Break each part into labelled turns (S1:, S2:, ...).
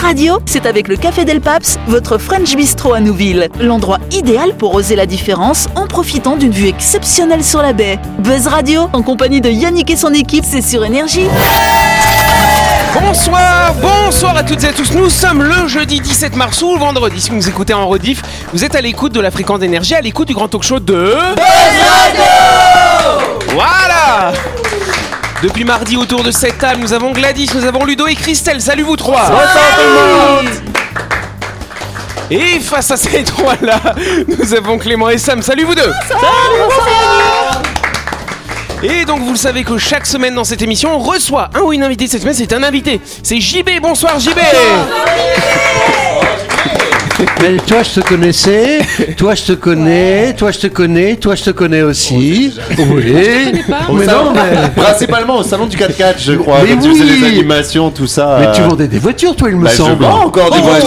S1: radio, c'est avec le Café Del Paps, votre French Bistro à Nouville. L'endroit idéal pour oser la différence en profitant d'une vue exceptionnelle sur la baie. Buzz Radio, en compagnie de Yannick et son équipe, c'est sur Énergie.
S2: Bonsoir, bonsoir à toutes et à tous. Nous sommes le jeudi 17 mars ou le vendredi. Si vous nous écoutez en rediff, vous êtes à l'écoute de la fréquence d'énergie, à l'écoute du grand talk show de. Voilà Depuis mardi, autour de cette table, nous avons Gladys, nous avons Ludo et Christelle. Salut vous trois Et face à ces trois-là, nous avons Clément et Sam. Salut vous deux Et donc vous le savez que chaque semaine dans cette émission, on reçoit un ou une invitée. Cette semaine, c'est un invité. C'est JB. Bonsoir JB
S3: Mais toi, je te connaissais, toi, je te connais, toi, je te connais, toi, je te connais aussi. Oui. Mais non, mais.
S4: Principalement au salon du 4x4, je crois.
S3: Mais
S4: quand tu faisais
S3: oui.
S4: des animations, tout ça.
S3: Mais tu
S4: euh,
S3: vendais des voitures, toi, il me
S4: bah, je
S3: semble.
S4: vends encore des voitures.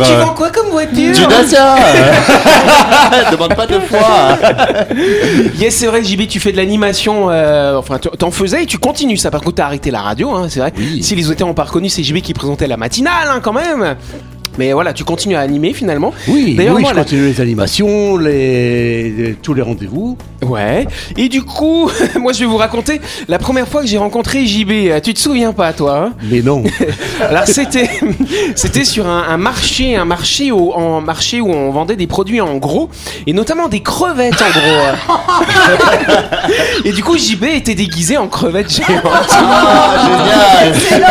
S2: Oh, Tu
S4: euh,
S2: vends quoi comme voiture
S4: Du Dacia Demande pas deux fois
S2: Yes, c'est vrai, JB, tu fais de l'animation. euh, enfin, tu- t'en faisais et tu continues ça. Par contre, t'as arrêté la radio, hein, c'est vrai. Si les auteurs ont pas reconnu, c'est JB qui présentait la matinale, hein, quand même. Mais voilà, tu continues à animer finalement.
S3: Oui,
S2: D'ailleurs,
S3: oui,
S2: moi,
S3: je
S2: la-
S3: continue les animations, les, les- tous les rendez-vous.
S2: Ouais. Et du coup, moi, je vais vous raconter la première fois que j'ai rencontré JB. Euh, Tu te souviens pas, toi hein
S3: Mais non.
S2: Alors c'était c'était sur un, un marché un marché où, en marché où on vendait des produits en gros et notamment des crevettes en gros. et du coup JB était déguisé en crevette géante.
S4: Génial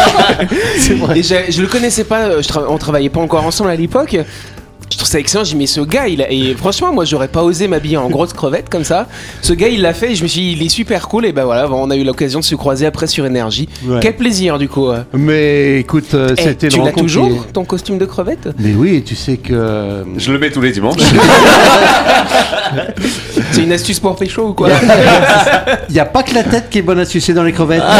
S2: Et j'ai- je, le connaissais pas, euh, je tra- on travaillait pas encore ensemble à l'époque. Je trouve ça excellent, j'ai dit mais ce gars, il a- et franchement moi j'aurais pas osé m'habiller en grosse crevette comme ça. Ce gars il l'a fait et je me suis dit il est super cool et ben voilà on a eu l'occasion de se croiser après sur énergie.
S3: Ouais.
S2: Quel plaisir du coup. euh.
S3: Mais écoute, euh,
S2: Eh,
S3: c'était une
S2: tu l'as
S3: rencontre
S2: toujours
S3: qui-
S2: ton costume de crevette
S3: Mais oui, tu sais que.
S4: Je le mets tous les dimanches.
S2: C'est une astuce pour pécho ou quoi
S3: Il n'y a pas que la tête qui est bonne à sucer dans les crevettes.
S1: Ah,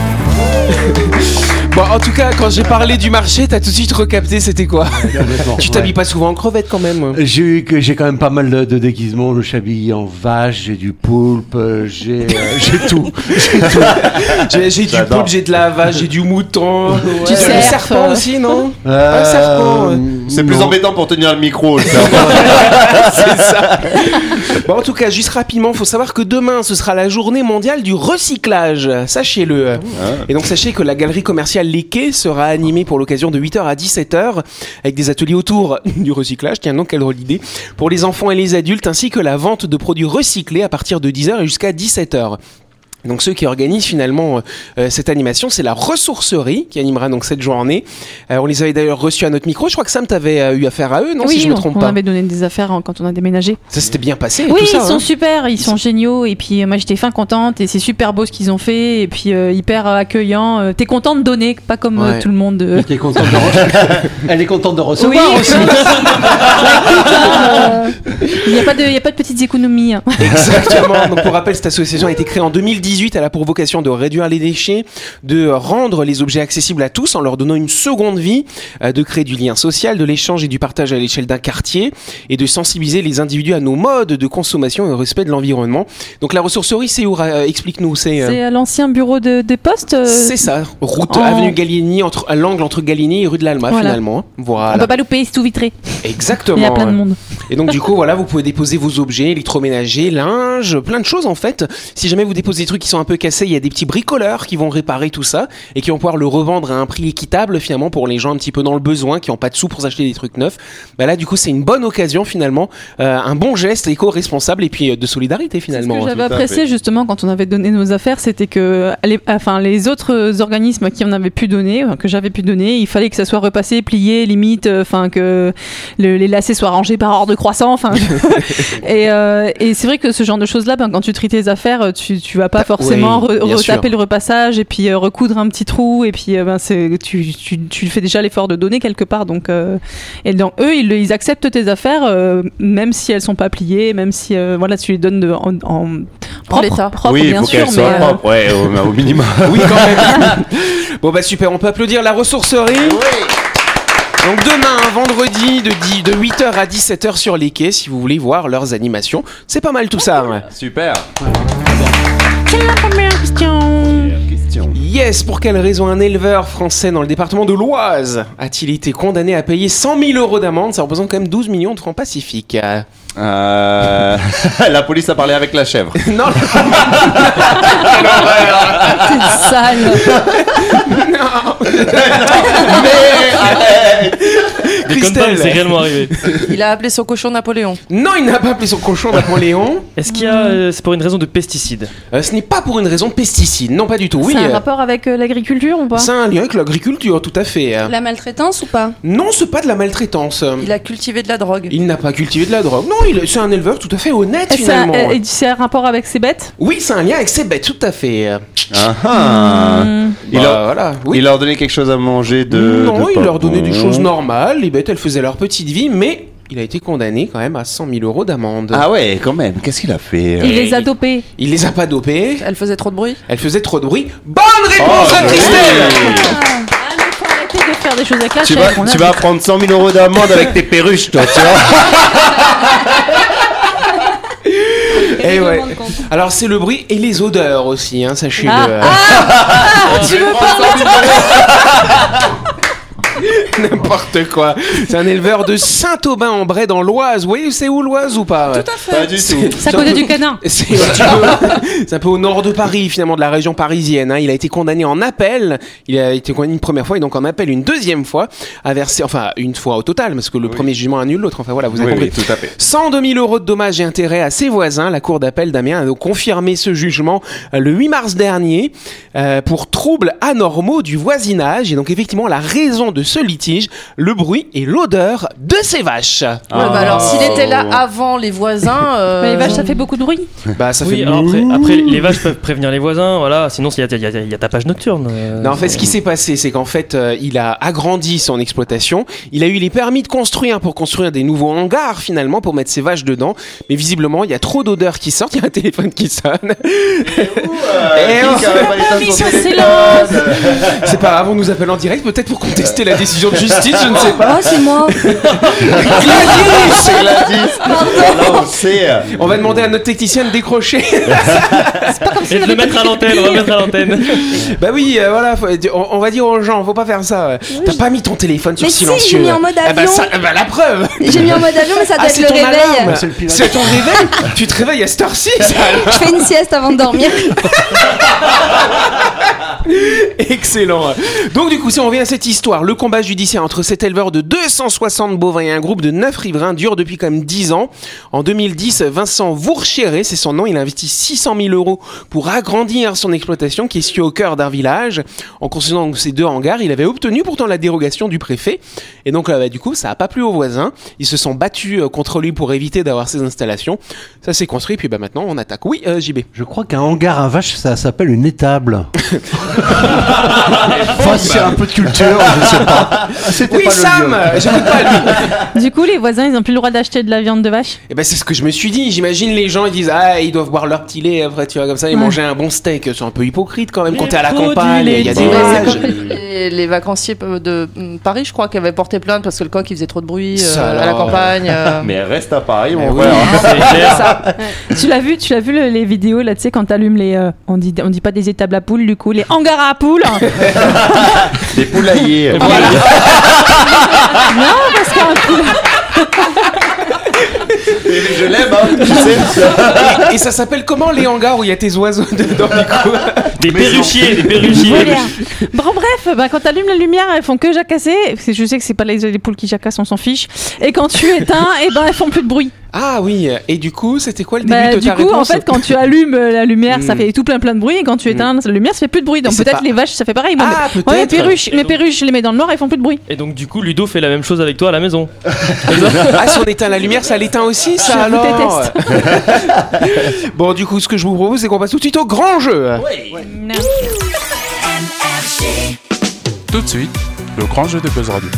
S2: Bon, en tout cas, quand j'ai parlé du marché, t'as tout de suite recapté c'était quoi
S3: Honnêtement,
S2: Tu
S3: ouais.
S2: t'habilles pas souvent en crevette quand même
S3: J'ai eu que j'ai quand même pas mal de, de déguisements. Je suis en vache, j'ai du poulpe, euh, j'ai euh, j'ai tout.
S2: J'ai j'ai du
S4: J'adore.
S2: poulpe, j'ai de la vache, j'ai du mouton. Tu sais, le
S5: surf.
S2: serpent aussi, non
S3: Euh,
S2: serpent, ouais.
S4: C'est plus
S3: non.
S4: embêtant pour tenir le micro. le cerveau.
S2: Bon, en tout cas, juste rapidement, faut savoir que demain, ce sera la journée mondiale du recyclage. Sachez-le. Et donc, sachez que la galerie commerciale Les Quais sera animée pour l'occasion de 8h à 17h avec des ateliers autour du recyclage. Tiens, donc, quelle drôle d'idée. Pour les enfants et les adultes, ainsi que la vente de produits recyclés à partir de 10h et jusqu'à 17h. Donc ceux qui organisent finalement euh, euh, cette animation, c'est la ressourcerie qui animera donc cette journée. Euh, on les avait d'ailleurs reçus à notre micro. Je crois que Sam t'avait euh, eu affaire à eux, non
S5: oui,
S2: Si je me
S5: on-
S2: trompe
S5: on
S2: pas.
S5: avait donné des affaires hein, quand on a déménagé.
S2: Ça s'était bien passé. et
S5: Oui,
S2: tout
S5: ils
S2: ça,
S5: sont
S2: hein.
S5: super, ils sont géniaux. Et puis euh, moi j'étais fin contente et c'est super beau ce qu'ils ont fait. Et puis euh, hyper euh, accueillant. Euh, T'es content de donner, pas comme euh,
S2: Ouais.
S5: tout le monde. euh.
S3: Elle est contente de re- Elle est contente de
S5: Oui, Bah,
S3: recevoir aussi.
S5: euh, Il n'y a, pas de- il y a pas de petites économies. hein.
S2: Exactement. Donc, pour rappel, cette association a été créée en 2018. Elle a pour vocation de réduire les déchets, de rendre les objets accessibles à tous en leur donnant une seconde vie, euh, de créer du lien social, de l'échange et du partage à l'échelle d'un quartier et de sensibiliser les individus à nos modes de consommation et au respect de l'environnement. Donc, la ressourcerie, c'est où Ra- euh, Explique-nous. C'est. euh,
S5: C'est à l'ancien bureau de, des postes. euh,
S2: C'est ça, route
S5: en-
S2: avenue Galigny, entre, à l'angle entre Galigny et rue de l'Alma
S5: Voilà.
S2: finalement. hein.
S5: On
S2: Voilà,
S5: peut pas louper, c'est tout vitré.
S2: exactement.
S5: Il y a plein de monde.
S2: Et donc du coup, voilà, vous pouvez déposer vos objets, électroménagers, linge, plein de choses en fait. Si jamais vous déposez des trucs qui sont un peu cassés, il y a des petits bricoleurs qui vont réparer tout ça et qui vont pouvoir le revendre à un prix équitable finalement pour les gens un petit peu dans le besoin, qui n'ont pas de sous pour s'acheter des trucs neufs. Bah là, du coup, c'est une bonne occasion finalement, euh, un bon geste éco-responsable et puis euh, de solidarité
S5: C'est ce
S2: finalement. hein,
S5: que j'avais
S4: à fait.
S5: apprécié justement quand on avait donné nos affaires, c'était que euh, les, enfin, les autres organismes qui en avaient pu donner, enfin, que j'avais pu donner, il fallait que ça soit repassé, plié, limite, euh, enfin que le- les lacets soient rangés par ordre croissant. Enfin, et euh, et c'est vrai que ce genre de choses-là, ben, quand tu tries tes affaires, tu, tu vas pas forcément
S2: Ah, oui,
S5: re-
S2: bien sûr.
S5: retaper le repassage et puis euh, recoudre un petit trou et puis euh, ben, c'est- tu, tu, tu fais déjà l'effort de donner quelque part. Donc, euh, et donc eux, ils, ils acceptent tes affaires, euh, même si elles sont pas pliées, même si euh, voilà, tu les donnes de, en, en propre, propre,
S4: Oui,
S5: bien
S4: faut
S5: sûr,
S4: qu'elle
S5: mais
S4: soit
S5: euh,
S4: propre, ouais, au, au minimum.
S2: Oui, quand même. bon bah super, on peut applaudir la ressourcerie. Donc demain, vendredi de, 10 de 8h à 17h sur les quais si vous voulez voir leurs animations. C'est pas mal tout ça. hein.
S4: Super. question.
S2: Yes, pour quelle raison un éleveur français dans le département de l'Oise a-t-il été condamné à payer 100 000 euros d'amende Ça représente quand même 12 millions de francs pacifiques. Euh,
S4: Euh, la police a parlé avec la chèvre.
S2: non,
S5: C'est sale.
S4: Eh, ah.
S6: Déconne pas, mais c'est
S2: Christelle
S6: réellement arrivé.
S7: Il a appelé son cochon Napoléon.
S2: Non, il n'a pas appelé son cochon Napoléon.
S6: Est-ce qu'il y a. euh, c'est pour une raison de pesticides
S2: Euh, ce n'est pas pour une raison de pesticides, non pas du tout. Oui,
S5: C'est un
S2: euh,
S5: rapport avec euh, l'agriculture ou pas
S2: c'est un lien avec l'agriculture, tout à fait. Euh,
S7: La maltraitance ou pas
S2: Non, c'est pas de la maltraitance.
S7: Il a cultivé de la drogue.
S2: Il n'a pas cultivé de la drogue. Non, il- c'est un éleveur tout à fait honnête
S5: Est-ce un-
S2: finalement.
S5: euh, et C'est un rapport avec ses bêtes
S2: Oui, c'est un lien avec ses bêtes, tout à fait. Euh,
S4: Ah, ah.
S5: Hmm.
S4: Il,
S2: bah,
S4: leur,
S2: voilà. Oui.
S4: il leur donnait quelque chose à manger de.
S2: non,
S4: de
S2: il leur donnait des
S4: pompon.
S2: choses normales, les bêtes elles faisaient leur petite vie, mais il a été condamné quand même à 100 000 euros d'amende.
S4: Ah ouais, quand même. Qu'est-ce qu'il a fait euh
S5: Il les a dopés.
S2: Il les a pas dopées,
S7: Elle faisait trop de bruit.
S2: elles faisaient trop de bruit. Bonne réponse
S4: Oh,
S2: à Christelle
S4: oui.
S5: Ah, mais faut arrêter de faire des choses avec la
S4: Tu
S5: chèvre,
S4: vas,
S5: on a-
S4: tu vas prendre 100 000 euros d'amende avec tes perruches, toi, tu vois.
S2: Eh ouais. Alors c'est le bruit et les odeurs aussi, hein, sachez-le.
S5: Ah,
S2: tu veux N'importe quoi. C'est un éleveur de Saint-Aubin-en-Bray dans l'Oise. Vous voyez c'est où l'Oise ou pas Tout à
S4: Pas du tout.
S5: C'est à côté du canin.
S2: C'est un, petit peu- c'est un peu au nord de Paris, finalement, de la région parisienne. hein. Il a été condamné en appel. Il a été condamné une première fois et donc en appel une deuxième fois. À verser, enfin, une fois au total, parce que le premier jugement annule l'autre. Enfin voilà, vous avez
S4: Oui,
S2: compris.
S4: oui, tout à fait.
S2: 102 000 euros de dommages et intérêts à ses voisins. La cour d'appel d'Amiens a donc confirmé ce jugement euh, le 8 mars dernier euh, pour troubles anormaux du voisinage. Et donc effectivement, la raison de ce litige, le bruit et l'odeur de ces vaches.
S7: Ouais, bah
S4: Ah.
S7: alors s'il était là avant les voisins. euh,
S5: Mais les vaches, ça fait beaucoup de bruit.
S2: Bah ça
S6: Oui,
S2: fait.
S6: alors après, après, les vaches peuvent prévenir les voisins, voilà. Sinon, il y a, il y a- il y a tapage nocturne. euh,
S2: Non, en fait, ce qui s'est passé, c'est qu'en fait, euh, il a agrandi son exploitation. Il a eu les permis de construire hein, pour construire des nouveaux hangars, finalement, pour mettre ses vaches dedans. Mais visiblement, il y a trop d'odeurs qui sortent. Il y a un téléphone qui sonne.
S4: Euh,
S2: Eh, on- C'est pas grave, on nous appelle en direct, peut-être pour contester la décision de justice, je ne sais pas.
S8: Oh,
S7: Ah, c'est moi
S4: C'est la 10. Là, on sait. euh,
S2: On va demander à notre technicien de décrocher.
S6: Et de le mettre à l'antenne, on va le mettre à l'antenne.
S2: bah oui, euh, voilà, faut- on, on va dire aux gens, faut pas faire ça. ouais. T'as pas mis ton téléphone sur
S8: Mais si,
S2: silencieux.
S8: j'ai mis en mode
S2: Ah bah,
S8: avion.
S2: ça- ah bah la preuve.
S8: J'ai mis en mode avion, mais ça doit
S2: Ah,
S8: être
S2: c'est
S8: le
S2: ton
S8: réveil.
S2: alarme.
S3: C'est le pilote.
S2: C'est ton réveil. tu te réveilles à cette heure-ci, ça.
S8: Je fais une sieste avant de dormir.
S2: Excellent. Donc du coup, si on revient à cette histoire, le combat judiciaire entre cet éleveur de 260 bovins et un groupe de 9 riverains dure depuis quand même 10 ans. En 2010, Vincent Vourchéré, c'est son nom, il a investi 600 000 euros pour agrandir son exploitation qui est située au cœur d'un village. En construisant donc ces deux hangars, il avait obtenu pourtant la dérogation du préfet. Et donc là, bah, du coup, ça a pas plu aux voisins. Ils se sont battus euh, contre lui pour éviter d'avoir ces installations. Ça s'est construit, puis bah, maintenant on attaque. Oui, euh, JB.
S3: Je crois qu'un hangar à vaches, ça s'appelle une étable. enfin, c'est un peu de culture, je sais pas. C'était
S2: Oui,
S3: pas le
S2: Sam
S3: lieu.
S2: J'écoute pas lui
S4: Euh.
S5: Du coup, les voisins, ils n'ont plus le droit d'acheter de la viande de vache.
S2: Eh ben c'est ce que je me suis dit. J'imagine les gens ils disent ah ils doivent boire leur petit lait après tu vois comme ça et
S5: Ouais.
S2: manger un bon steak. C'est un peu hypocrite quand même quand
S6: Les
S2: t'es à la
S6: produits
S2: campagne. Il y a des
S6: laitiers.
S2: vaches.
S7: les, les vacanciers de mm, Paris, je crois, qui avaient porté plainte parce que le coq il faisait trop de bruit euh,
S2: Ça,
S7: à la
S2: alors,
S7: campagne. euh.
S4: Mais reste à Paris,
S2: Eh
S4: mon
S2: oui.
S4: frère.
S6: C'est clair.
S5: Tu l'as vu, tu l'as vu le- les vidéos là, tu sais, quand t'allumes les. euh, on, dit, on dit pas des étables à poules, du coup, les hangars à poules. Ah,
S4: Des poulaillers.
S5: Parce euh, qu'un poule-
S4: Je l'aime, hein. Tu sais.
S5: hein.
S2: Et ça s'appelle comment les hangars où il y a tes oiseaux dedans du coup
S6: Des perruchiers, des perruchiers.
S5: Voilà. Bon, bref, bah, quand t'allumes la lumière, elles font que jacasser. Parce que je sais que c'est pas les, les poules qui jacassent, on s'en fiche. Et quand tu éteins, et ben elles font plus de bruit.
S2: Ah oui. Et du coup c'était quoi le début
S5: Bah,
S2: de
S5: du
S2: ta
S5: coup, en
S2: réponse
S5: fait, quand tu allumes euh, la lumière, ça
S2: Mm.
S5: fait tout plein plein de bruit. Et quand tu éteins la lumière, ça fait plus de bruit. Donc
S2: c'est
S5: peut-être
S2: pas-
S5: les vaches, ça fait pareil. Moi,
S2: Ah,
S5: mais- moi, les
S2: peut-être.
S5: perruches, les
S6: donc-
S5: perruches, je les mets dans le noir, elles font plus de bruit.
S6: Et donc, du coup, Ludo fait la même chose avec toi à la maison.
S2: Ah, si on éteint la lumière, ça l'éteint aussi, ça
S5: Je vous
S2: alors Bon, du coup, ce que je vous propose, c'est qu'on passe tout de suite au grand jeu.
S9: Tout de suite, le grand jeu de Buzz Radio.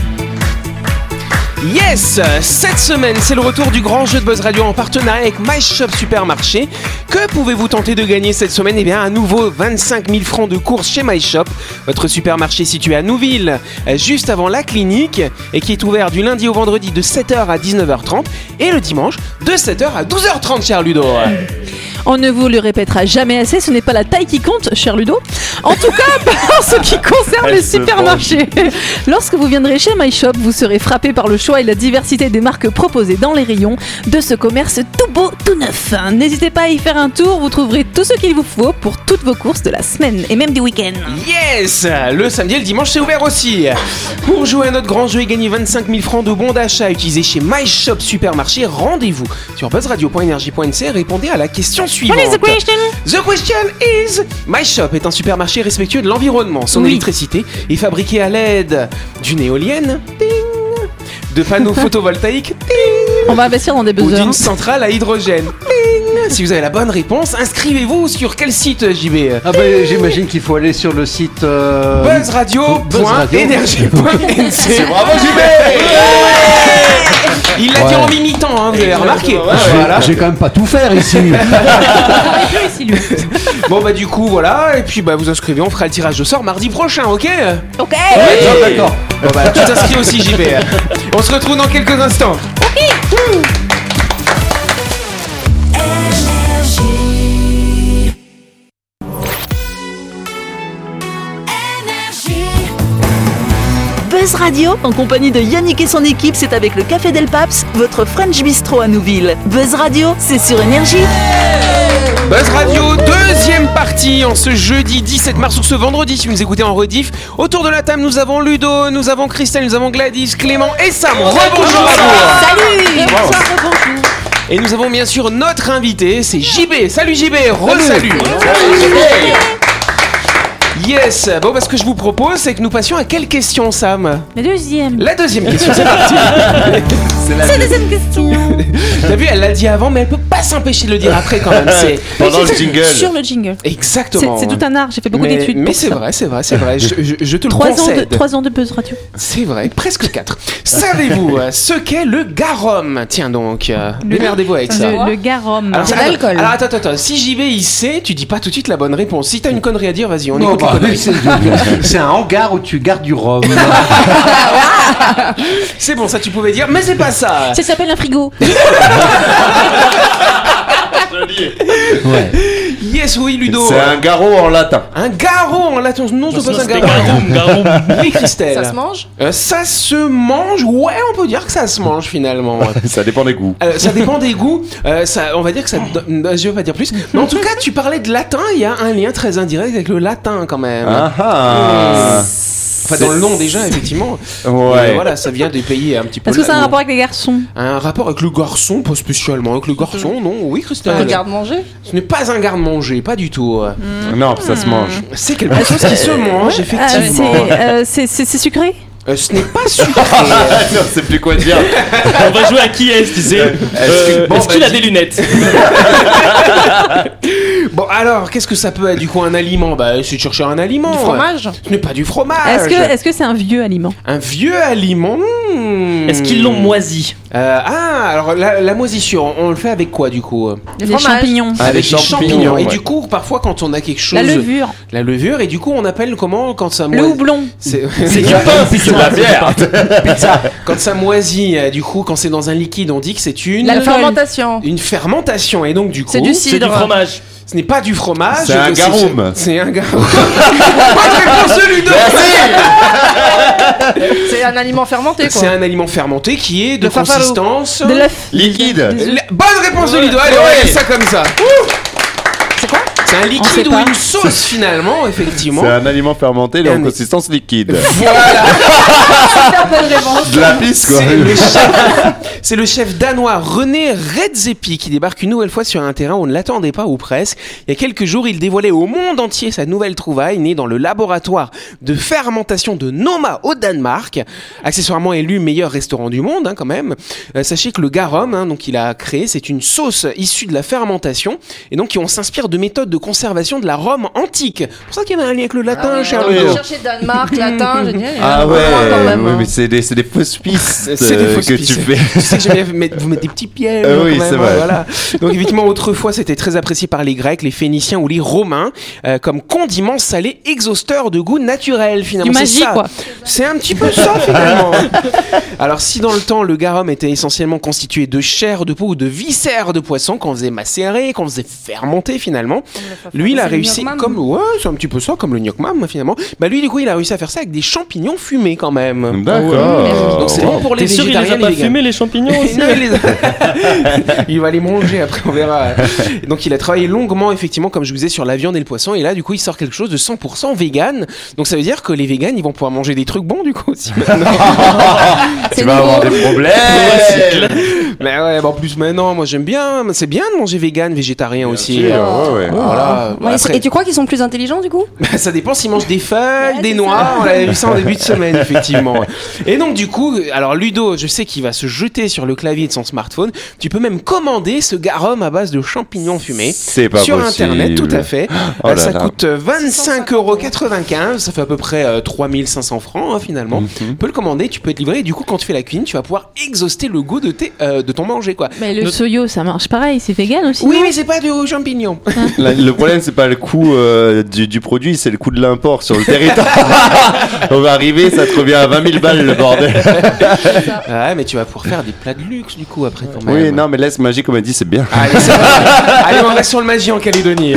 S2: Yes Cette semaine, c'est le retour du grand jeu de Buzz Radio en partenariat avec My Shop Supermarché. Que pouvez-vous tenter de gagner cette semaine Eh bien, à nouveau 25 000 francs de courses chez My Shop, votre supermarché situé à Nouville, euh, juste avant la clinique, et qui est ouvert du lundi au vendredi de 7h à 19h30 et le dimanche de 7h à 12h30, cher Ludo.
S5: On ne vous le répétera jamais assez, ce n'est pas la taille qui compte, cher Ludo. En tout cas, par ce qui concerne
S10: Elle
S5: les
S10: se
S5: supermarchés. Lorsque vous viendrez chez My Shop, vous serez frappé par le choix et la diversité des marques proposées dans les rayons de ce commerce tout beau, tout neuf. N'hésitez pas à y faire un tour, vous trouverez tout ce qu'il vous faut pour toutes vos courses de la semaine et même du week-end.
S2: Yes Le samedi et le dimanche, c'est ouvert aussi. Pour jouer à notre grand jeu et gagner 25 000 francs de bons d'achat utilisés chez My Shop Supermarché, rendez-vous sur buzzradio.energie.nc et répondez à la question suivante. The question is My Shop est un supermarché respectueux de l'environnement. Son électricité est fabriquée à l'aide d'une éolienne, ding, de panneaux photovoltaïques, ding,
S5: On va investir dans des
S2: ou
S5: buzzers. hein.
S2: d'une centrale à hydrogène. Ding. Si vous avez la bonne réponse, inscrivez-vous sur quel site, JB
S3: Ah bah j'imagine qu'il faut aller sur le site. euh,
S2: buzzradio.energie.nc
S4: Bravo, JB
S2: Il l'a dit
S3: Ouais.
S2: en m'imitant, hein, vous avez remarqué.
S4: ah,
S3: Je vais- J'ai quand même pas tout faire ici.
S2: Bon bah du coup voilà, et puis bah vous inscrivez, on fera le tirage au sort mardi prochain, ok
S8: Ok.
S3: Non, D'accord.
S2: Bon bah tu t'inscris aussi JB. On se retrouve dans quelques instants.
S1: Buzz Radio, en compagnie de Yannick et son équipe, c'est avec le Café Del Paps, votre French Bistro à Nouville. Buzz Radio, c'est sur Énergie.
S2: Buzz Radio, deuxième partie en ce jeudi 17 mars ou ce vendredi si vous nous écoutez en rediff. Autour de la table nous avons Ludo, nous avons Christelle, nous avons Gladys, Clément et Sam. Rebonjour à vous.
S1: Salut
S2: Et nous avons bien sûr notre invité, c'est JB. Salut JB, re-salut Yes, bon parce que je vous propose c'est que nous passions à quelle question Sam
S5: La deuxième.
S2: La deuxième question, c'est parti
S8: C'est la deuxième question.
S2: T'as vu, elle l'a dit avant mais elle peut pas s'empêcher de le dire après quand même, c'est
S4: Pendant le jingle.
S5: Sur le jingle. C'est
S2: exactement
S5: c'est tout un art, j'ai fait beaucoup
S2: mais,
S5: d'études.
S2: mais
S5: pour
S2: c'est
S5: ça.
S2: vrai, c'est vrai, c'est vrai. Je, je- je te le
S5: Trois ans, de,
S2: concède.
S5: trois ans de buzz radio.
S2: C'est vrai, presque quatre. Savez-vous euh, ce qu'est le garum Tiens donc, euh, démerdez-vous avec ça.
S5: Le, le garum.
S2: Alors,
S7: C'est
S2: attends,
S7: l'alcool.
S2: Alors attends, attends, attends. Si JB il sait, tu dis pas tout de suite la bonne réponse. Si t'as une connerie à dire, vas-y, on
S3: Non,
S2: écoute la
S3: bah,
S2: connerie.
S3: c'est c'est un hangar où tu gardes du rhum.
S2: C'est bon, ça tu pouvais dire, mais c'est pas ça.
S5: Ah, Ça s'appelle un frigo.
S3: Ouais.
S2: Yes, oui, Ludo.
S4: C'est un garrot en latin.
S2: Un garrot en latin. Non, c'est pas un
S6: C'était
S2: garrot.
S6: Garoum, Garoum.
S2: Oui, Christelle.
S7: Ça se mange
S2: Euh, ça se mange. Ouais, on peut dire que ça se mange finalement.
S4: Ça dépend des goûts.
S2: Euh, ça dépend des goûts. Euh, ça, on va dire que ça. donne- euh, Je veux pas dire plus. Mais en tout cas, tu parlais de latin. Il y a un lien très indirect avec le latin quand même.
S4: Ah ah
S2: Enfin, dans le nom déjà, effectivement. Mais
S4: Ouais.
S2: voilà, ça vient des pays un petit peu.
S5: Est-ce que ça a un
S2: latins.
S5: rapport avec les garçons
S2: Un rapport avec le garçon, pas spécialement avec le garçon, non Oui, Christelle.
S7: Regarde manger
S2: Ce n'est pas un garde-manger, pas du tout.
S4: Non, ça se mange.
S2: C'est quelque chose qui se mange,
S5: Ah,
S2: effectivement.
S5: c'est, euh, C'est c'est- c'est sucré
S2: Euh, ce n'est pas sucré.
S4: Ah, non, c'est plus quoi dire.
S10: On va jouer à qui est-ce, tu sais.
S4: Euh, est-ce que-
S10: Euh,
S4: bon,
S10: Est-ce qu'il a
S4: vas-y.
S10: des lunettes
S2: bon, alors, qu'est-ce que ça peut être du coup un aliment Bah, c'est de chercher un aliment. hein.
S7: Du fromage
S2: Ce n'est pas du fromage.
S5: Est-ce que est-ce que c'est un vieux aliment
S2: Un vieux aliment hmm.
S6: Est-ce qu'ils l'ont moisi
S2: Euh, Ah, alors la, la moisissure, on, on le fait avec quoi du coup Euh,
S7: Des
S5: Les
S7: fromages.
S5: champignons.
S4: Ah,
S2: Avec
S4: des
S2: des
S4: champignons,
S2: Et
S4: ouais.
S2: du coup, parfois, quand on a quelque chose.
S5: La levure.
S2: La levure, et du coup, on appelle comment quand ça
S5: Le
S2: moisit
S5: houblon.
S2: C'est
S10: C'est du pain,
S4: C'est de la bière.
S2: Quand ça moisit, euh, du coup, quand c'est dans un liquide, on dit que c'est une.
S7: La
S5: L'alcool.
S7: fermentation
S2: Une fermentation. Et donc, du coup,
S7: C'est du
S10: C'est du
S7: cidre
S10: fromage.
S2: ce n'est pas du fromage.
S4: C'est un
S2: que
S4: garum.
S2: C'est un garum. Bonne réponse, Ludo
S7: C'est un aliment fermenté
S2: C'est
S7: quoi
S2: un aliment fermenté qui est de
S7: Le farfalo.
S2: consistance. euh,
S5: De l'œuf.
S4: Liquide.
S2: La- Bonne réponse de Ludo. Allez, on
S4: Ouais.
S2: fait ça comme ça.
S7: C'est quoi
S2: C'est un
S5: On sait
S2: liquide ou
S5: pas.
S2: une sauce finalement, effectivement.
S4: C'est un aliment fermenté et
S2: Et
S4: en
S2: un-
S4: consistance liquide.
S2: Voilà,
S4: De la pisse, quoi.
S2: c'est le chef- c'est le chef danois René Redzepi qui débarque une nouvelle fois sur un terrain où on ne l'attendait pas ou presque. Il y a quelques jours, il dévoilait au monde entier sa nouvelle trouvaille née dans le laboratoire de fermentation de Noma au Danemark, accessoirement élu meilleur restaurant du monde hein, quand même. Euh, sachez que le garum, hein, donc il a créé, c'est une sauce issue de la fermentation et donc on s'inspire de méthodes de conservation de la Rome antique. C'est pour ça qu'il y avait un lien avec le latin, cher
S7: J'ai
S2: Ludo.
S7: cherché Danemark, latin, j'ai dit, eh,
S4: Ah
S7: on
S4: ouais,
S7: va quand même,
S4: oui,
S7: hein.
S4: mais c'est des, c'est des fausses pistes
S2: C'est des
S4: euh,
S2: fausses
S4: que
S2: pistes.
S4: tu fais.
S2: Tu sais que j'aime bien mettre- vous mettez des petits pièges.
S4: Euh,
S2: hein,
S4: oui,
S2: quand même,
S4: c'est
S2: hein,
S4: vrai.
S2: Voilà. Donc évidemment, autrefois, c'était très apprécié par les Grecs, les Phéniciens ou les Romains euh, comme condiment salé exhausteur de goût naturel finalement.
S5: Du
S2: C'est
S5: magie,
S2: ça.
S5: quoi.
S2: C'est un petit peu ça finalement. Alors si dans le temps, le garum était essentiellement constitué de chair, de peau ou de viscères de poisson qu'on faisait macérer, qu'on faisait fermenter finalement, lui il a
S8: C'est le
S2: réussi
S8: gnocchi.
S2: comme ouais, c'est un petit peu ça comme le gnocchi finalement. Bah lui du coup, il a réussi à faire ça avec des champignons fumés quand
S4: Mmh.
S2: même.
S4: D'accord.
S2: Donc c'est bon pour les
S6: T'es sûr il les
S2: végétariens
S6: a
S2: et
S6: pas
S2: les véganes.
S6: fumés les champignons aussi
S2: Non, il, les a- Il va les manger après, on verra. Donc il a travaillé longuement, effectivement, comme je vous disais, sur la viande et le poisson. Et là, du coup, il sort quelque chose de 100% vegan. Donc ça veut dire que les végans, ils vont pouvoir manger des trucs bons, du coup, aussi. Ah,
S4: tu vas avoir des problèmes.
S2: Mais ouais, bah, en plus, maintenant, moi j'aime bien. Mais C'est bien de manger vegan, végétarien aussi. Euh,
S4: sûr, ouais, ouais.
S2: Voilà.
S8: Ouais,
S2: Après,
S8: Et tu crois qu'ils sont plus intelligents du coup
S2: ça dépend s'ils mangent des feuilles,
S8: Ouais,
S2: des
S8: c'est
S2: noix.
S8: ça.
S2: On l'avait vu ça en début de semaine, effectivement. Et donc, du coup, alors Ludo, je sais qu'il va se jeter sur le clavier de son smartphone. Tu peux même commander ce garum à base de champignons fumés.
S4: C'est pas
S2: sur
S4: possible.
S2: internet, tout à fait.
S4: Oh
S2: Euh,
S4: là
S2: ça
S4: là.
S2: coûte 25,95€, ça fait à peu près euh, 3500 francs hein, finalement.
S4: Mhm.
S2: Tu peux le commander, tu peux être livré et du coup quand tu fais la cuisine, tu vas pouvoir exhauster le goût de, tes, euh, de ton manger quoi.
S5: Mais le
S6: Notre-
S5: soyo, ça marche pareil, c'est vegan aussi.
S2: Oui
S5: non
S2: mais c'est pas du champignon.
S4: La- le problème, c'est pas le coût euh, du, du produit, c'est le coût de l'import sur le territoire. On va arriver, ça te revient à 20 000 balles le bordel.
S2: ouais mais tu vas pouvoir faire des plats de luxe du coup après quand même.
S4: Ah. Oui, non, mais laisse magie, comme elle dit, c'est bien.
S2: Allez, c'est vrai. Allez, on reste sur le magie en Calédonie.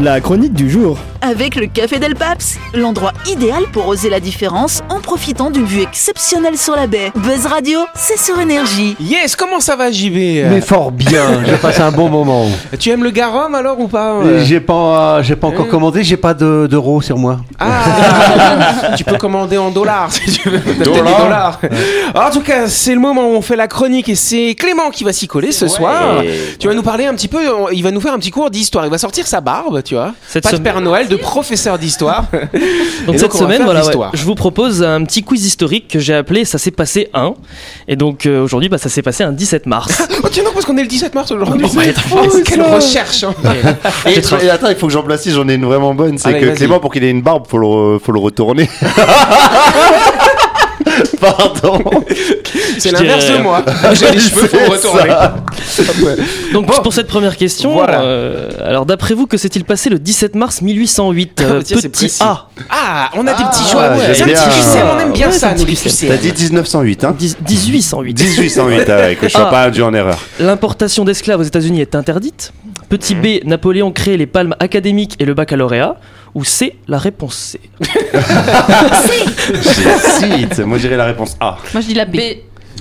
S9: La chronique du jour.
S1: Avec le Café Del Paps, l'endroit idéal pour oser la différence en profitant d'une vue exceptionnelle sur la baie. Buzz Radio, c'est sur énergie.
S2: Yes, comment ça va JV
S3: Mais fort bien, j'ai passé un bon moment.
S2: Tu aimes le garum alors ou pas
S3: Et J'ai pas, euh, j'ai pas encore commandé, j'ai pas de- d'euros sur moi.
S2: Ah Tu peux commander en dollars si tu veux. T'as peut-être des
S4: Dollars.
S2: dollars. Alors, en tout cas, c'est le moment où on fait la chronique et c'est Clément qui va s'y coller ce soir. Tu vas nous parler un petit peu, on- il va nous faire un petit cours d'histoire. Il va sortir sa barbe, tu vois.
S6: Cette
S2: Pas de
S6: semaine-
S2: Père Noël, de professeur d'histoire.
S6: Donc
S2: Et
S6: cette
S2: donc, on va
S6: semaine,
S2: faire
S6: voilà, ouais,
S2: l'histoire.
S6: je vous propose un petit quiz historique que j'ai appelé Ça s'est passé un. Et donc euh, aujourd'hui, bah, ça s'est passé un 17 mars.
S2: oh, tiens, non, parce qu'on est le 17 mars aujourd'hui.
S6: Oh, ouais,
S2: Oh, quelle recherche hein.
S4: Et, et attends, il faut que j'en place six, j'en ai une vraiment bonne. C'est
S2: Allez,
S4: que
S2: vas-y.
S4: Clément, pour qu'il ait une barbe, faut le, re- faut le retourner. Pardon.
S2: C'est
S6: Je
S2: l'inverse
S6: dirais- euh,
S2: de moi. J'ai les cheveux,
S4: C'est
S2: faut retourner.
S4: ça.
S6: donc pour cette première question,
S2: Voilà.
S6: euh, alors d'après vous, que s'est-il passé le 17 mars 1808 euh,
S2: Ah, tiens, c'est
S6: Petit
S2: précis.
S6: A.
S2: Ah, on a des petits
S4: Ah,
S2: choix.
S4: ouais,
S2: C'est un
S4: j'aime
S2: petit
S4: bien.
S2: QCM, on aime bien
S6: Ouais,
S2: ça,
S6: c'est un
S2: nous, les
S6: petit QCM.
S4: T'as
S2: QCM.
S4: dit 1908, hein
S6: 10- 1808.
S4: 1808, ah ouais, que je sois
S6: Ah.
S4: pas induit en erreur.
S6: L'importation d'esclaves aux États-Unis est interdite. Petit
S2: Mhm.
S6: B, Napoléon crée les palmes académiques et le baccalauréat. Ou C, la réponse C.
S4: J'hésite. Moi, j'irai la réponse A.
S5: Moi je dis la B.
S7: B.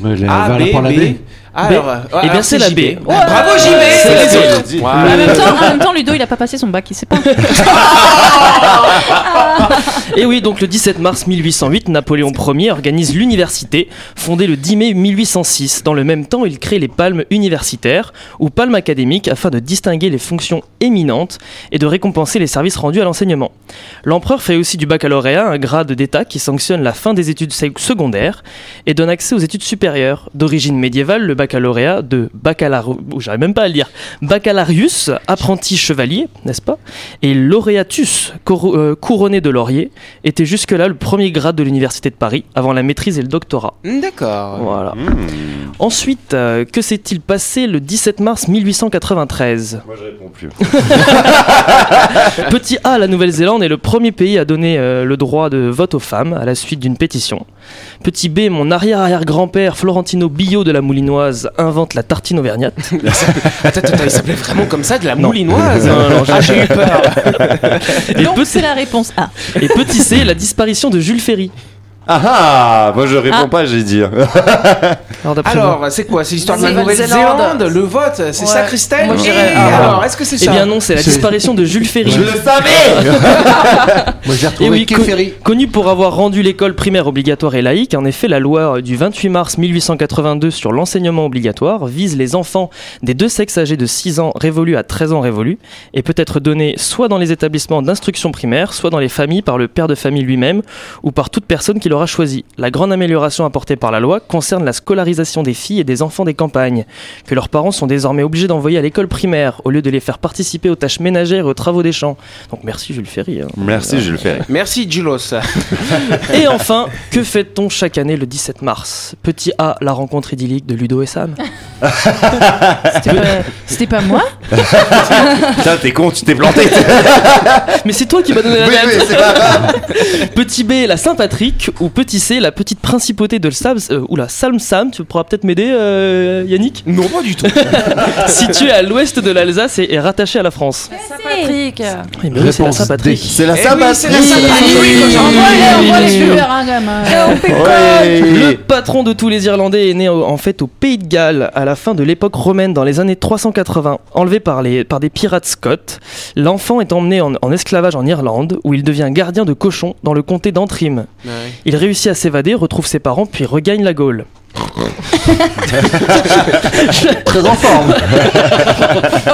S2: A, Ah, B, B. Alors, ouais,
S6: Eh bien,
S2: alors,
S6: c'est la euh, B.
S2: JB. Bravo JB
S4: C'est
S2: et les
S4: la B,
S2: autres.
S4: j'ai dit.
S2: Voilà.
S5: Ah, En même, temps, en même temps, Ludo il a pas passé son bac, il sait pas.
S6: Et oui, donc le 17 mars 1808, Napoléon Ier organise l'université, fondée le 10 mai 1806. Dans le même temps, il crée les palmes universitaires ou palmes académiques afin de distinguer les fonctions éminentes et de récompenser les services rendus à l'enseignement. L'empereur fait aussi du baccalauréat un grade d'État qui sanctionne la fin des études sec- secondaires et donne accès aux études supérieures. D'origine médiévale, le baccalauréat de baccalauréat, oh, j'arrive même pas à le dire, baccalarius, apprenti chevalier, n'est-ce pas, et laureatus, coro- euh, couronné de laurier, était jusque-là le premier grade de l'université de Paris avant la maîtrise et le doctorat.
S2: D'accord.
S6: Voilà.
S4: Hmm.
S6: Ensuite, euh, que s'est-il passé le 17 mars 1893
S4: Moi, je réponds plus.
S6: Petit A, la Nouvelle-Zélande est le premier pays à donner euh, le droit de vote aux femmes à la suite d'une pétition. Petit B, mon arrière-arrière-grand-père Florentino Billot de la Moulinoise invente la tartine auvergnate.
S2: Attends, attends, il s'appelait vraiment comme ça de la
S6: Non.
S2: moulinoise.
S6: Non, non, j'ai-
S2: ah, j'ai eu peur.
S6: Et,
S5: Donc
S6: petit,
S5: c'est la réponse A.
S6: et petit C, la disparition de Jules Ferry.
S4: Ah ah Moi, je réponds
S5: Ah.
S4: pas, j'ai dit.
S6: Alors, d'après moi.
S2: Alors, c'est quoi C'est l'histoire de la
S7: Nouvelle-Zélande.
S2: Nouvelle-Zélande Le vote, c'est
S7: Ouais.
S2: ça, Christelle
S7: Moi, je
S2: Et
S7: dirais-
S4: ah,
S2: Alors, est-ce que c'est ça
S6: Eh bien non, c'est la
S3: C'est-
S6: disparition de Jules Ferry.
S4: Je le savais
S3: Moi, j'ai
S6: Et
S3: retrouvé
S6: oui, con-
S3: Kéferi.
S6: connu pour avoir rendu l'école primaire obligatoire et laïque, en effet, la loi euh, du 28 mars 1882 sur l'enseignement obligatoire vise les enfants des deux sexes âgés de 6 ans révolus à 13 ans révolus et peut être donnée soit dans les établissements d'instruction primaire, soit dans les familles par le père de famille lui-même ou par toute personne qui leur sera choisi. La grande amélioration apportée par la loi concerne la scolarisation des filles et des enfants des campagnes, que leurs parents sont désormais obligés d'envoyer à l'école primaire, au lieu de les faire participer aux tâches ménagères et aux travaux des champs. Donc merci Jules Ferry. hein.
S4: Merci, je le ferai.
S2: Merci, Julos.
S6: Et enfin, que fait-on chaque année le 17 mars Petit A, la rencontre idyllique de Ludo et Sam.
S5: C'était pas- C'était pas moi
S4: Putain, t'es con, tu t'es planté.
S6: Mais c'est toi qui m'as donné la
S4: Oui,
S6: date.
S4: oui, c'est pas grave.
S6: Petit B, la Saint-Patrick, ou petit C, la petite principauté de Sam, ou la Salm Sam, tu pourras peut-être m'aider, euh, Yannick
S2: Non, pas du tout.
S6: Située à l'ouest de l'Alsace et, et rattachée à la France.
S7: Patrick.
S6: Oui, mais oui, c'est la
S3: Réponse
S6: Saint-Patrick.
S4: C'est la
S2: Eh oui, c'est la
S4: Saint-Patrick.
S2: Saint-Patrick.
S5: hein,
S7: hein.
S6: Le
S4: Ouais.
S6: patron de tous les Irlandais est né au- en fait au Pays de Galles à la fin de l'époque romaine dans les années 380. Enlevé par, les, par des pirates scots, l'enfant est emmené en, en esclavage en Irlande où il devient gardien de cochons dans le comté d'Antrim. Il réussit à s'évader, retrouve ses parents puis regagne la Gaule.
S3: Très en forme.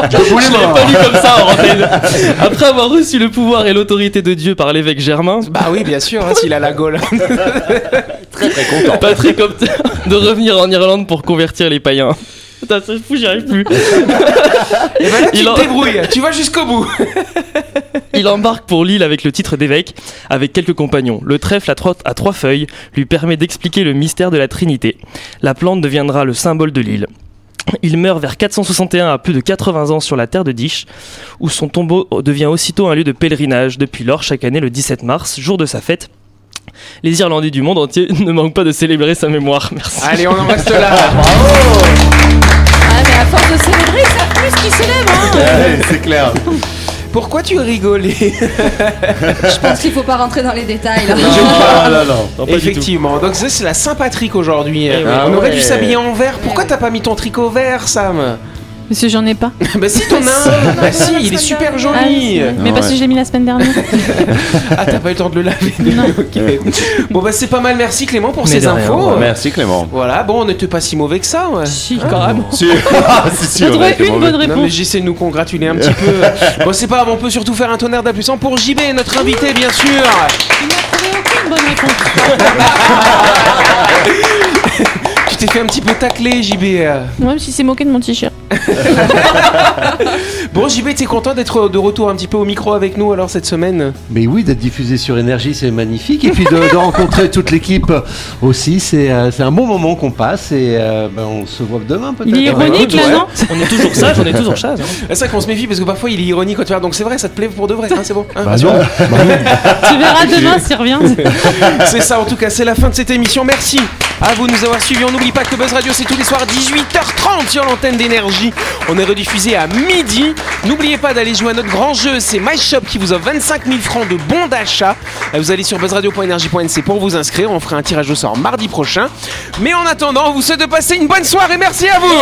S6: Je l'ai pas lu comme ça en antenne. Après avoir reçu le pouvoir et l'autorité de Dieu par l'évêque Germain,
S2: Bah oui, bien sûr, hein, s'il a la gaule.
S6: Patrick opte de revenir en Irlande pour convertir les païens. Putain, c'est fou, j'y arrive plus.
S2: Et bah ben là, tu
S6: Il en-
S2: te débrouilles, tu vas jusqu'au bout.
S6: Il embarque pour l'île avec le titre d'évêque, avec quelques compagnons. Le trèfle à trois, à trois feuilles lui permet d'expliquer le mystère de la Trinité. La plante deviendra le symbole de l'île. Il meurt vers 461 à plus de 80 ans sur la terre de Dish, où son tombeau devient aussitôt un lieu de pèlerinage. Depuis lors, chaque année, le 17 mars, jour de sa fête, les Irlandais du monde entier ne manquent pas de célébrer sa mémoire. Merci.
S2: Allez, on en reste là.
S8: Ah, mais à force de célébrer, ça plus qui célèbre. hein.
S4: Ouais, C'est clair.
S2: Pourquoi tu rigolais
S8: Je pense qu'il faut pas rentrer dans les détails. Là.
S4: Ah, non, non.
S6: Non, pas du tout.
S2: Effectivement, donc ça c'est la Saint-Patrick aujourd'hui.
S6: Eh oui.
S2: on aurait
S4: ouais.
S2: dû s'habiller en vert. Pourquoi t'as pas mis ton tricot vert, Sam
S5: Monsieur, j'en ai pas.
S2: Bah si, t'en as un. Bah si, il est super
S5: Ah,
S2: joli.
S5: mais parce
S4: ouais.
S5: que je l'ai mis la semaine dernière.
S2: Ah, t'as pas eu le temps de le laver. Ok. Bon bah c'est pas mal, merci Clément pour
S6: Mais
S2: ces
S6: de rien,
S2: infos.
S4: Merci Clément.
S2: Voilà, bon, on n'était pas si mauvais que ça. Ouais.
S6: Si, quand même.
S4: Si, Ah, si, si, on
S5: J'ai
S4: a
S5: trouvé
S4: été
S5: une
S4: mauvais.
S5: bonne
S2: Non mais
S5: réponse.
S2: j'essaie de nous congratuler un petit peu. Bon c'est pas grave, on peut surtout faire un tonnerre d'applaudissements pour JB, notre invité bien sûr.
S5: Il n'a trouvé aucune bonne réponse.
S2: Tu t'es fait un petit peu tacler JB.
S5: Même si c'est moqué de mon t-shirt.
S2: Bon JB, t'es content d'être de retour un petit peu au micro avec nous alors cette semaine
S3: Mais oui, d'être diffusé sur Énergie, c'est magnifique. Et puis de, de rencontrer toute l'équipe aussi, c'est euh, c'est un bon moment qu'on passe. Et euh, ben, on se voit demain peut-être.
S5: Il est ironique là,
S2: ouais.
S5: non
S6: On est toujours sage, on est toujours sage. hein.
S2: C'est ça qu'on se méfie parce que parfois il est ironique quand tu vas. Donc c'est vrai, ça te plaît pour de vrai, hein, c'est bon. hein,
S3: Bah
S2: rassure.
S3: non, bah non.
S5: Tu verras demain s'il revient.
S2: C'est ça en tout cas, c'est la fin de cette émission. Merci à vous de nous avoir suivis. On n'oublie pas que Buzz Radio c'est tous les soirs 18h30 sur l'antenne d'énergie. On est rediffusé à midi. N'oubliez pas d'aller jouer à notre grand jeu, c'est My Shop qui vous offre 25 000 francs de bons d'achat. Vous allez sur buzzradio.energie.nc pour vous inscrire. On fera un tirage au sort mardi prochain. Mais en attendant, on vous souhaite de passer une bonne soirée. Merci à vous.